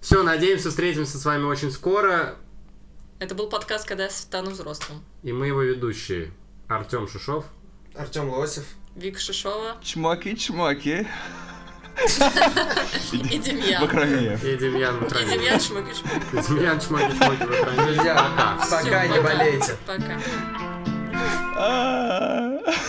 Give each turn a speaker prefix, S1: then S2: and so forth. S1: Все, надеемся, встретимся с вами очень скоро.
S2: Это был подкаст «Когда я стану взрослым».
S1: И мы его ведущие. Артем Шишов.
S3: Артем Лосев.
S2: Вика Шишова
S4: Чмоки-чмоки.
S2: и Демьян.
S4: Бакрамеев.
S1: И Демьян
S2: И
S1: Мутранин.
S2: Демьян Шмык-Шмык.
S1: И Демьян Чмоки-Чмоки Мутранин.
S3: Друзья,
S1: Пока.
S3: пока не болейте.
S2: Пока.
S4: А-а-а.